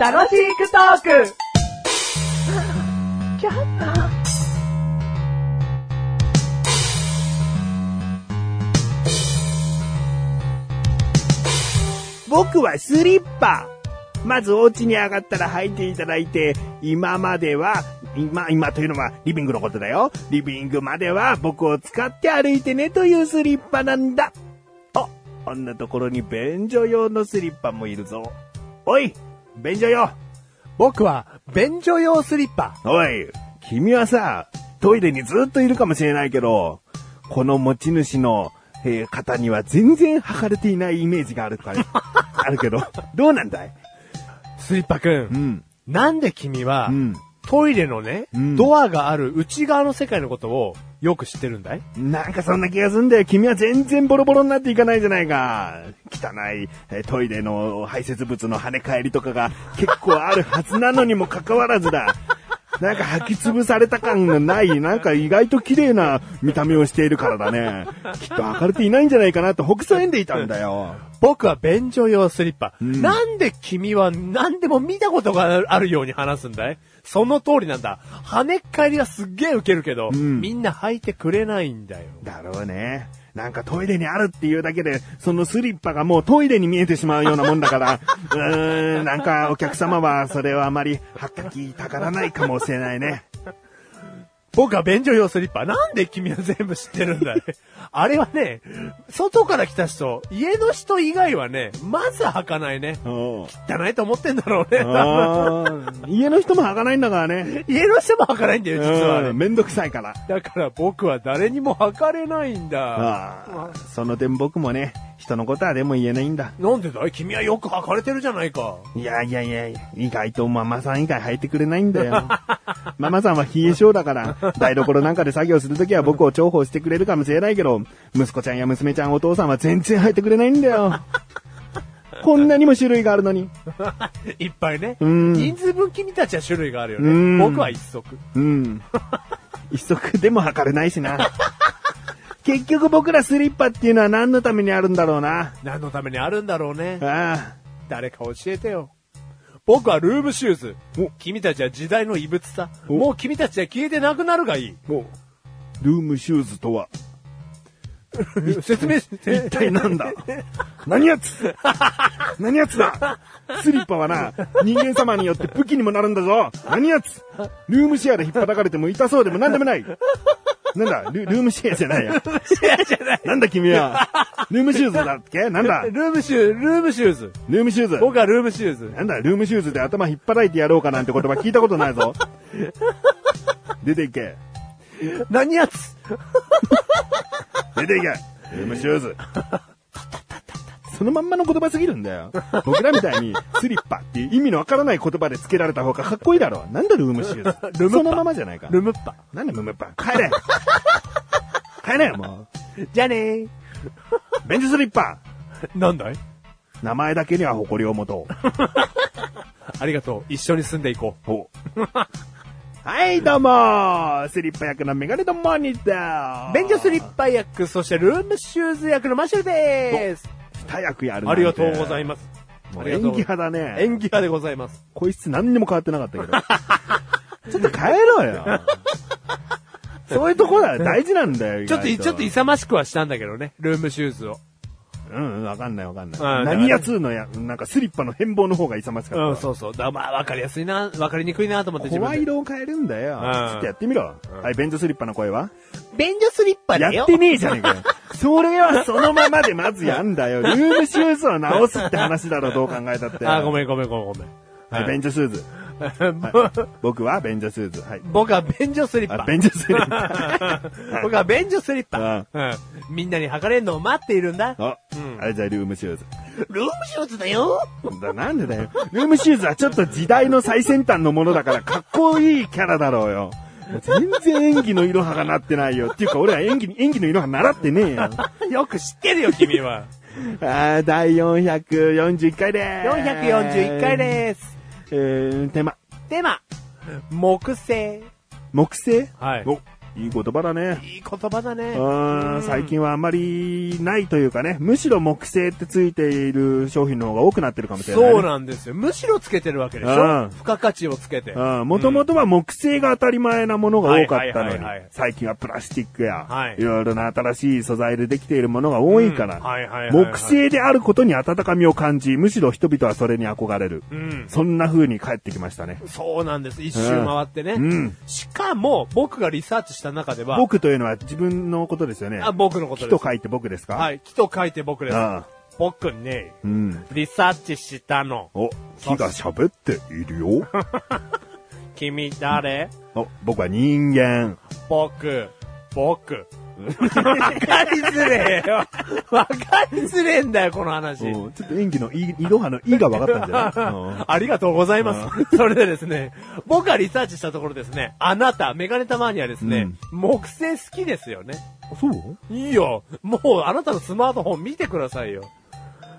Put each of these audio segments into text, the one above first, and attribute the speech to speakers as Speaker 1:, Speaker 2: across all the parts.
Speaker 1: 楽しくトーク
Speaker 2: 僕はスリッパ。まずお家に上がったら履いていただいて、今までは、今、今というのはリビングのことだよ。リビングまでは僕を使って歩いてねというスリッパなんだ。あ、あんなところに便所用のスリッパもいるぞ。おい、便所用。
Speaker 3: 僕は、便所用スリッパ。
Speaker 2: おい、君はさ、トイレにずっといるかもしれないけど、この持ち主の、えー方には全然履かれていないイメージがあるから、あるけど、どうなんだい
Speaker 3: スリッパく。
Speaker 2: うんん。
Speaker 3: なんで君は、
Speaker 2: うん
Speaker 3: トイレのね、
Speaker 2: うん
Speaker 3: ドアがある内側の世界のことをよく知ってるんだい
Speaker 2: なんかそんな気がすんだよ。君は全然ボロボロになっていかないじゃないか。汚い、えートイレの排泄物の跳ね返りとかが結構あるはずなのにもかかわらずだ。なんか履き潰された感がない、なんか意外と綺麗な見た目をしているからだね。きっと明るくていないんじゃないかなと北斎んでいたんだよ。
Speaker 3: 僕は便所用スリッパ。
Speaker 2: うん
Speaker 3: なんで君は何でも見たことがあるように話すんだいその通りなんだ。跳ねっ返りはすっげえウケるけど、
Speaker 2: ん
Speaker 3: みんな履いてくれないんだよ。
Speaker 2: だろうね。なんかトイレにあるっていうだけで、そのスリッパがもうトイレに見えてしまうようなもんだから、うーん、なんかお客様はそれをあまり履きたがらないかもしれないね。
Speaker 3: 僕は便所用スリッパ。なんで君は全部知ってるんだいあれはね、外から来た人、家の人以外はね、まず履かないね。
Speaker 2: おう
Speaker 3: 汚いと思ってんだろうね。
Speaker 2: あー家の人も履かないんだからね。
Speaker 3: 家の人も履かないんだ よ、実は
Speaker 2: うん
Speaker 3: ね。
Speaker 2: めんどくさいから。
Speaker 3: だから僕は誰にも履かれないんだ。
Speaker 2: ああその点僕もね、人のことはでも言えないんだ。
Speaker 3: なんでだい君はよく履かれてるじゃないか。
Speaker 2: いやいやいや、意外とママさん以外履いてくれないんだよ。 ママさんは冷え性だから、台所なんかで作業するときは僕を重宝してくれるかもしれないけど、息子ちゃんや娘ちゃんお父さんは全然履いてくれないんだよ。こんなにも種類があるのに。
Speaker 3: いっぱいね。
Speaker 2: うん
Speaker 3: 人数分君たちは種類があるよ
Speaker 2: うん
Speaker 3: ね。僕は一足。
Speaker 2: うん。一足でも履かれないしな。結局僕らスリッパっていうのは何のためにあるんだろうな。
Speaker 3: 何のためにあるんだろうね。
Speaker 2: あ
Speaker 3: 誰か教えてよ。僕はルームシューズ
Speaker 2: お。
Speaker 3: 君たちは時代の異物さ。
Speaker 2: お
Speaker 3: もう君たちは消えてなくなるがいい。
Speaker 2: あ。もう、ルームシューズとは、
Speaker 3: 説明して。
Speaker 2: 一体なんだ何やつ何やつだスリッパはな、人間様によって武器にもなるんだぞ何やつルームシェアで引っ張らかれても痛そうでも何でもないなんだルルームシェアじゃないや。ルームシェアじゃないなんだ君はルームシューズだっけなんだ
Speaker 3: ルームシュー、ルームシューズ。
Speaker 2: ルームシューズ
Speaker 3: 僕はルームシューズ。
Speaker 2: なんだルームシューズで頭引っ張られてやろうかなんて言葉聞いたことないぞ出ていけ
Speaker 3: 何やつ
Speaker 2: 出ていけルームシューズそのまんまの言葉すぎるんだよ。僕らみたいに、スリッパっていう意味のわからない言葉で付けられた方がかっこいいだろ。なんだルームシューズ。
Speaker 3: ルムッパ
Speaker 2: そのままじゃないか。
Speaker 3: ルムッパ。
Speaker 2: なんでムムッパ帰れ帰れよ、も
Speaker 3: じゃあねー。
Speaker 2: う。ベンチスリッパ
Speaker 3: なんだい
Speaker 2: 名前だけには誇りを持と
Speaker 3: ありがとう。一緒に住んでいこ
Speaker 2: う。ほう。はい、どうもスリッパ役のメガネとモニター
Speaker 3: う。便所スリッパ役、そしてルームシューズ役のマシュルでーす。
Speaker 2: パ役やる
Speaker 3: ありがとうござい
Speaker 2: ま
Speaker 3: ます。
Speaker 2: も
Speaker 3: あ
Speaker 2: う
Speaker 3: り
Speaker 2: 演
Speaker 3: がと
Speaker 2: 技
Speaker 3: うござ
Speaker 2: 派だ
Speaker 3: いま
Speaker 2: ね。
Speaker 3: す。演技派でございます。
Speaker 2: こいつ何にも変わってなかったけ ど。ちょっと帰ろうよ。そういうところは大事なんだよ。
Speaker 3: ちょっと、
Speaker 2: 意外
Speaker 3: ちょっと勇ましくはしたんだけどね。ルームシューズを。
Speaker 2: うん、わかんないわかんない。
Speaker 3: うん
Speaker 2: 何やつのや、なんかスリッパの変貌の方が勇ましかった
Speaker 3: う
Speaker 2: わ。
Speaker 3: ん、そうそう。だまあ、わかりやすいな、わかりにくいなと思って自分
Speaker 2: 声
Speaker 3: で。
Speaker 2: 色を変えるんだよ。
Speaker 3: うん
Speaker 2: ちょっとやってみろ。はい、ベンジョスリッパの声は
Speaker 3: 便所スリッパだよ。
Speaker 2: やってねえじゃねえかよ。それはそのままでまずやんだよ。ルームシューズを直すって話だろ、どう考えたって。
Speaker 3: あ、ご
Speaker 2: ん。
Speaker 3: めんごめんごめんごめん。
Speaker 2: はい、ベンジョシューズ。僕はベンジョシューズ。はい。
Speaker 3: 僕は便所スリッ
Speaker 2: あ、
Speaker 3: パ。
Speaker 2: ベンジョスリッパ。
Speaker 3: 僕は便所スリッパ。 うん。みんなに測れるのを待っているんだ。
Speaker 2: あ
Speaker 3: うん、
Speaker 2: あれじゃあルームシューズ。
Speaker 3: ルームシューズだよ。
Speaker 2: だなんでだよ。ルームシューズはちょっと時代の最先端のものだから、かっこいいキャラだろうよ。全然演技の色派がなってないよ。っていうか、俺は演技、演技の色派習ってねえよ。あ
Speaker 3: よく知ってるよ、君は。
Speaker 2: ー第441回でーす。
Speaker 3: 441回です。
Speaker 2: す。えー、手間。
Speaker 3: テーマ。木星。
Speaker 2: 木星
Speaker 3: はい
Speaker 2: おいい言葉だね。
Speaker 3: いい言葉だね。
Speaker 2: うん最近はあんまりないというかね、むしろ木製ってついている商品の方が多くなってるかもしれないね、
Speaker 3: そうなんですよ。むしろつけてるわけでし
Speaker 2: うん
Speaker 3: ょ付加価値をつけて。
Speaker 2: もともとは木製が当たり前なものが多かったの
Speaker 3: はいはい
Speaker 2: に
Speaker 3: はいはい、
Speaker 2: 最近はプラスチックや、
Speaker 3: はい
Speaker 2: い、ろいろな新しい素材でできているものが多いか
Speaker 3: うんはいはい
Speaker 2: ら、
Speaker 3: はいはい
Speaker 2: 木製であることに温かみを感じ、むしろ人々はそれに憧れる。
Speaker 3: うん。
Speaker 2: そんな風に帰ってきましたね。
Speaker 3: そうなんです。一周回ってね。
Speaker 2: うん
Speaker 3: しかも、僕がリサーチした中では、
Speaker 2: 僕というのは自分のことですよね。
Speaker 3: あ僕のこと
Speaker 2: 木
Speaker 3: で
Speaker 2: と
Speaker 3: す。
Speaker 2: 書いて僕ですか。
Speaker 3: はいい。木と書いて僕です。
Speaker 2: ああ
Speaker 3: 僕ね、
Speaker 2: うん。
Speaker 3: リサーチしたの。
Speaker 2: お、木が喋っている よ。
Speaker 3: 君誰
Speaker 2: お、僕は人間。
Speaker 3: 僕、僕。わかりづれえよ。わかりづれえんだよ、この話。
Speaker 2: うんちょっと演技のい、いろはのいが分かったんじゃ ないうん
Speaker 3: ありがとうございます。それでですね、僕がリサーチしたところですね、あなた、メガネたまにはですね、木製好きですよね。
Speaker 2: そう
Speaker 3: いいよ。もう、あなたのスマートフォン見てくださいよ。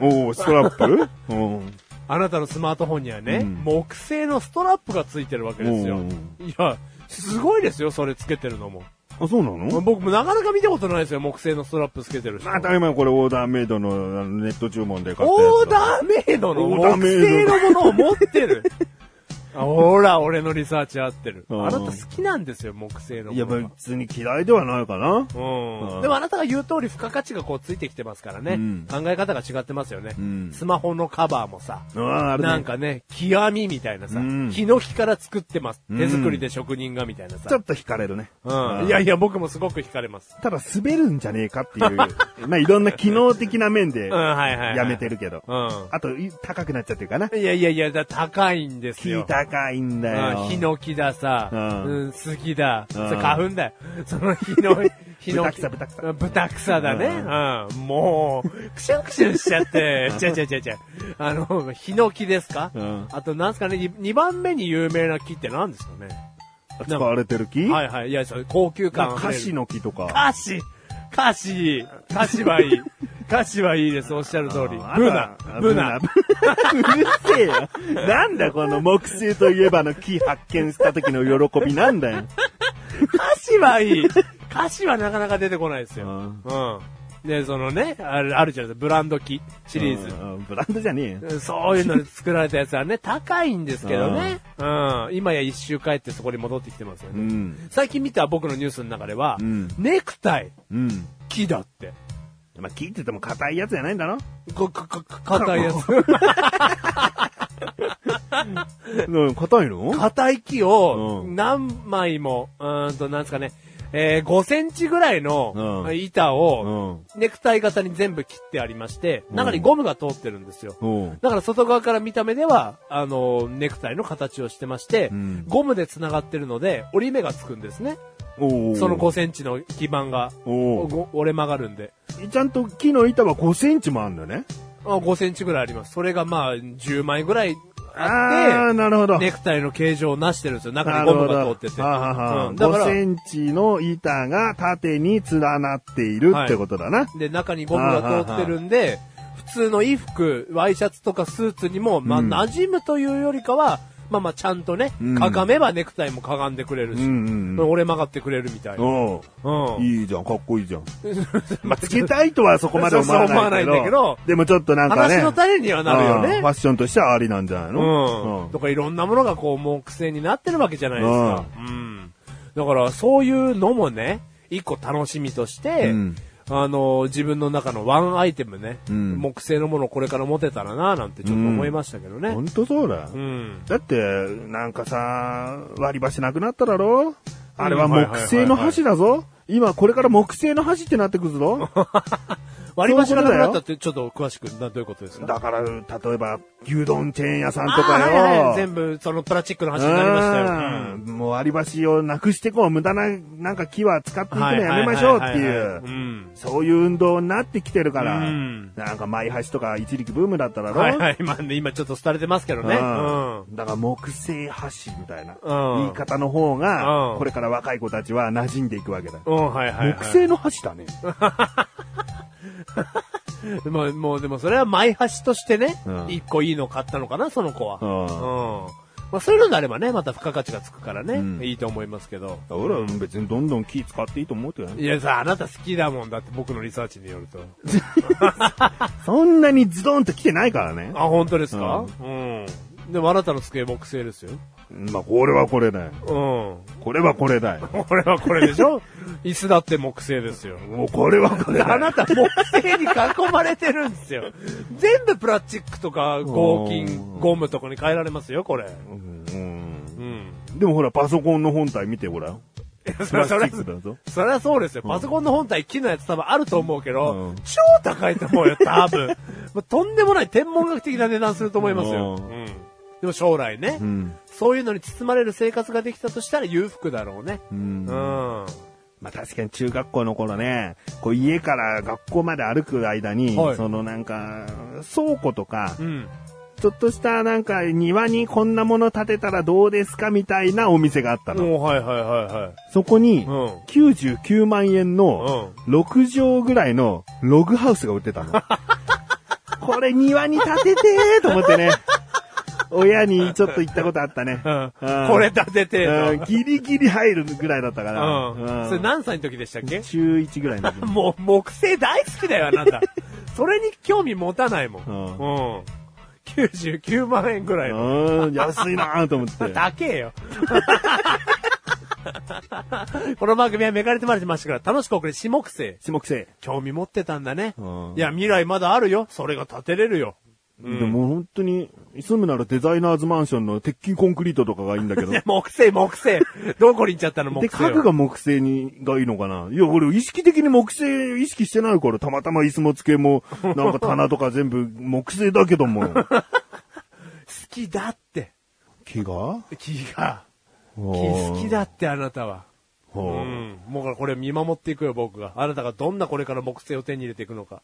Speaker 2: おーストラップうん。
Speaker 3: あなたのスマートフォンにはね、
Speaker 2: うん
Speaker 3: 木製のストラップがついてるわけですよ
Speaker 2: おう。
Speaker 3: いや、すごいですよ、それつけてるのも。
Speaker 2: あ、そうなの
Speaker 3: 僕もなかなか見たことないですよ、木製のストラップつけてる人。
Speaker 2: まあ、当たり前これオーダーメイドのあのネット注文で買ったやつ。
Speaker 3: オーダーメイドの
Speaker 2: オーダー
Speaker 3: 木
Speaker 2: メイド
Speaker 3: 製のものを持っ てる。あほら、俺のリサーチ合ってる。あ
Speaker 2: うん
Speaker 3: なた好きなんですよ、木製の
Speaker 2: いや、
Speaker 3: ものが。
Speaker 2: 別に嫌いではないかな。
Speaker 3: う、
Speaker 2: うんん
Speaker 3: でもあなたが言う通り付加価値がこうついてきてますからね、
Speaker 2: うん
Speaker 3: 考え方が違ってますよね、
Speaker 2: うん
Speaker 3: スマホのカバーもさ、
Speaker 2: ああ、あれね
Speaker 3: なんかね、極みみたいなさ、
Speaker 2: うん
Speaker 3: ヒノキから作ってます。
Speaker 2: うん
Speaker 3: 手作りで職人がみたいなさ。
Speaker 2: ちょっと惹かれるね。
Speaker 3: うん。いやいや、僕もすごく惹かれます。
Speaker 2: ただ滑るんじゃねえかって いう、まあいろんな機能的な面で
Speaker 3: うん、はいはい、はい。
Speaker 2: やめてるけど。
Speaker 3: うん。
Speaker 2: あと、い高くなっちゃってるかな。
Speaker 3: いやいやいや、だ高いんです
Speaker 2: 木
Speaker 3: よ。
Speaker 2: 高いんだ
Speaker 3: うん
Speaker 2: よ。
Speaker 3: ヒノキださ、
Speaker 2: うん
Speaker 3: うん、好きだ、
Speaker 2: うん
Speaker 3: それ花粉だよ。 そのヒノ、ヒノキ。
Speaker 2: 豚草豚草
Speaker 3: うん豚草だね。うん。もう、くしゃくしゃしちゃって、ちゃちゃちゃちゃ。あの、ヒノキですか、
Speaker 2: うん
Speaker 3: あと、なんすかね、2番目に有名な木って何ですかね
Speaker 2: 使われてる木
Speaker 3: はいはい。いや、それ高級感あふ
Speaker 2: 歌
Speaker 3: れる
Speaker 2: 詞の木とか。
Speaker 3: 歌詞歌詞歌詞はい い。歌詞はいいです、おっしゃる通り。
Speaker 2: あ
Speaker 3: ブナ、
Speaker 2: ブ
Speaker 3: ブナ。。
Speaker 2: ナ うるせえよ。なんだこの木製といえばの木発見した時の喜びなんだよ。
Speaker 3: 歌詞はいい。歌詞はなかなか出てこないですよ。
Speaker 2: うん
Speaker 3: うん。で、そのね、あるあるじゃないですか、ブランド機シリーズ。
Speaker 2: うんうんブランドじゃねえよ。
Speaker 3: そういうので作られたやつはね、高いんですけどね。うん。今や一周帰ってそこに戻ってきてますよ
Speaker 2: う
Speaker 3: ね。
Speaker 2: ん。
Speaker 3: 最近見た僕のニュースの中では、
Speaker 2: うん
Speaker 3: ネクタイ、
Speaker 2: うん。
Speaker 3: 木だって。
Speaker 2: まあ、木って言っても硬いやつじゃないんだろ
Speaker 3: こ、こ、こ、硬いやつ。
Speaker 2: うん、硬いの
Speaker 3: 硬い木を
Speaker 2: う
Speaker 3: 何枚も、うーんと、なんですかね、えー5センチぐらいの
Speaker 2: うん
Speaker 3: 板
Speaker 2: う
Speaker 3: を、
Speaker 2: ん。
Speaker 3: ネクタイ型に全部切ってありまして、
Speaker 2: うん
Speaker 3: 中にゴムが通ってるんですよ。
Speaker 2: うん。
Speaker 3: だから外側から見た目では、あの、ネクタイの形をしてまして、
Speaker 2: うん
Speaker 3: ゴムで繋がってるので、折り目がつくんですね。
Speaker 2: おー
Speaker 3: その5センチの基板が、
Speaker 2: おー
Speaker 3: ご折れ曲がるんで。
Speaker 2: ちゃんと木の板は5センチもあるんだよね。
Speaker 3: あ5センチぐらいあります。それがまあ、10枚ぐらい
Speaker 2: あ
Speaker 3: あ
Speaker 2: あ、
Speaker 3: って、
Speaker 2: なるほど。
Speaker 3: ネクタイの形状をなしてるんですよ。中
Speaker 2: な
Speaker 3: に
Speaker 2: る
Speaker 3: ゴ
Speaker 2: ほ
Speaker 3: ム
Speaker 2: ど
Speaker 3: が通ってて。
Speaker 2: はあはあ
Speaker 3: うんだか
Speaker 2: 5
Speaker 3: ら、
Speaker 2: センチの板が縦に連なっているってことだな。
Speaker 3: で、中にゴムが通ってるんで、普通の衣服、ワイシャツとかスーツにも、まあ、
Speaker 2: うん
Speaker 3: 馴染むというよりかは、まあまあ、ちゃんとね
Speaker 2: う、ん
Speaker 3: かがめばネクタイもかがんでくれるし、
Speaker 2: うんうんうん
Speaker 3: 折れ曲がってくれるみたいな。
Speaker 2: おう
Speaker 3: うん。
Speaker 2: いいじゃん、かっこいい じゃん。まあ、つけたいとはそこまで思
Speaker 3: そうそう思わ
Speaker 2: わ
Speaker 3: な
Speaker 2: ないい
Speaker 3: んだけ
Speaker 2: け
Speaker 3: ど
Speaker 2: ど。でもちょっとなんかね。
Speaker 3: 話の種にはなるよ
Speaker 2: うんフ
Speaker 3: ね
Speaker 2: ァ。ッションとしてはありなんじゃない
Speaker 3: うん
Speaker 2: の。
Speaker 3: とかいろんなものがこう、もう癖になってるわけじゃないですか。うん。だから、そういうのもね、一個楽しみとして、
Speaker 2: うん
Speaker 3: あの、自分の中のワンアイテムね、
Speaker 2: うん
Speaker 3: 木製のものをこれから持てたらな、なんてちょっと思いましたけどね。
Speaker 2: ほんとそうだよ。
Speaker 3: うん。
Speaker 2: だって、なんかさ、割り箸なくなっただろあれは
Speaker 3: うんはいはいはい
Speaker 2: 木製の箸だぞ今これから木製の箸ってなってくる ぞ。
Speaker 3: 割り箸がなくなったってちょっと詳しく、などういうことですか
Speaker 2: だから、例えば、牛丼チェーン屋さん
Speaker 3: あ
Speaker 2: とかよ。
Speaker 3: はいはい全部そのプラスチックの箸になりましたよ。うん
Speaker 2: うんもう割り箸をなくしてこう、無駄な、なんか木は使っていくのやめましょうって
Speaker 3: ははははは
Speaker 2: い
Speaker 3: う
Speaker 2: う、
Speaker 3: ん。
Speaker 2: そういう運動になってきてるから、
Speaker 3: うん
Speaker 2: なんかマイ箸とか一力ブームだっただろ、
Speaker 3: はいはい、まあね、今ちょっと廃れてますけどね。うん。
Speaker 2: うんだから木製箸みたいな、
Speaker 3: うん
Speaker 2: 言い方の方が、
Speaker 3: うん
Speaker 2: これから若い子たちは馴染んでいくわけだ。
Speaker 3: うん、はいはい、はい。
Speaker 2: 木製の箸 だね。
Speaker 3: もう、もうでもそれは前橋としてね
Speaker 2: う、ん
Speaker 3: 一、個いいの買ったのかな、その子は。
Speaker 2: う
Speaker 3: うん。まあそういうのであればね、また付加価値がつくからね、
Speaker 2: うん
Speaker 3: いいと思いますけど。
Speaker 2: 俺は別にどんどん気使っていいと思うけどね
Speaker 3: いやさ、あなた好きだもんだって僕のリサーチによると。
Speaker 2: そんなにズドンと来てないからね。
Speaker 3: あ、本当ですかうん。でもあなたの机木製ですよ。
Speaker 2: まあ、これはこれだよ。
Speaker 3: うん。こ
Speaker 2: これはこれだよ。
Speaker 3: れはこれでし ょ椅子だって木製ですよ。
Speaker 2: もうこれはこれだよ。
Speaker 3: あなた木製に囲まれてるんですよ。全部プラスチックとか合金、ゴムとかに変えられますよ、これ。
Speaker 2: うんうん
Speaker 3: うん。
Speaker 2: でもほら、パソコンの本体見てごらん。プ
Speaker 3: それ
Speaker 2: ラ
Speaker 3: は
Speaker 2: ス
Speaker 3: それ
Speaker 2: チックだぞ。
Speaker 3: そりゃそうですよ。パソコンの本体、木のやつ多分あると思うけど、
Speaker 2: うん
Speaker 3: 超高いと思うよ、多分。もうとんでもない天文学的な値段すると思いますよ。
Speaker 2: う
Speaker 3: うんん。でも将来ね、
Speaker 2: うん。
Speaker 3: そういうのに包まれる生活ができたとしたら裕福だろうね。
Speaker 2: う
Speaker 3: うんん。
Speaker 2: まあ確かに中学校の頃ね、こう家から学校まで歩く間に、
Speaker 3: はい
Speaker 2: そのなんか、倉庫とか
Speaker 3: う、ん。
Speaker 2: ちょっとしたなんか庭にこんなもの建てたらどうですかみたいなお店があったの。
Speaker 3: もうはいはいは
Speaker 2: そこに
Speaker 3: いはい。
Speaker 2: 99万円
Speaker 3: う
Speaker 2: の
Speaker 3: ん。うん。
Speaker 2: 6畳ぐらいのログハウスが売ってた の。これ庭に建ててーと思ってね。親にちょっと言ったことあったね。
Speaker 3: うん、これ立てて
Speaker 2: う
Speaker 3: え
Speaker 2: ん
Speaker 3: の、
Speaker 2: ギリギリ入るぐらいだったか
Speaker 3: うん
Speaker 2: ら。
Speaker 3: それ何歳の時でしたっけ
Speaker 2: 中1ぐらいの時
Speaker 3: もう木製大好きだよ、あ なた。それに興味持たないもん。
Speaker 2: うん
Speaker 3: うん。99万円ぐらいの。
Speaker 2: うん、安いなーと思って。
Speaker 3: 高 えよ。この番組はめかれてまれてましたから、楽しく送れ、下木星。
Speaker 2: 下くせ。
Speaker 3: 興味持ってたんだね。
Speaker 2: うん
Speaker 3: いや、未来まだあるよ。それが建てれるよ。
Speaker 2: でも本当に、住むならデザイナーズマンションの鉄筋コンクリートとかがいいんだけど
Speaker 3: い。や 木星、木星。どこに行っちゃったの、木
Speaker 2: で、
Speaker 3: 星は。
Speaker 2: 家具が木製に、がいいのかないや、俺、意識的に木製意識してないから、たまたま椅子も机も、なんか棚とか全部木製だけど も。
Speaker 3: 好きだって。
Speaker 2: 木が
Speaker 3: 木が。
Speaker 2: 木
Speaker 3: 木好き。だって、あなたは。う。
Speaker 2: ほうん
Speaker 3: もうこれ見守っていくよ、僕が。あなたがどんなこれから木星を手に入れていくのか。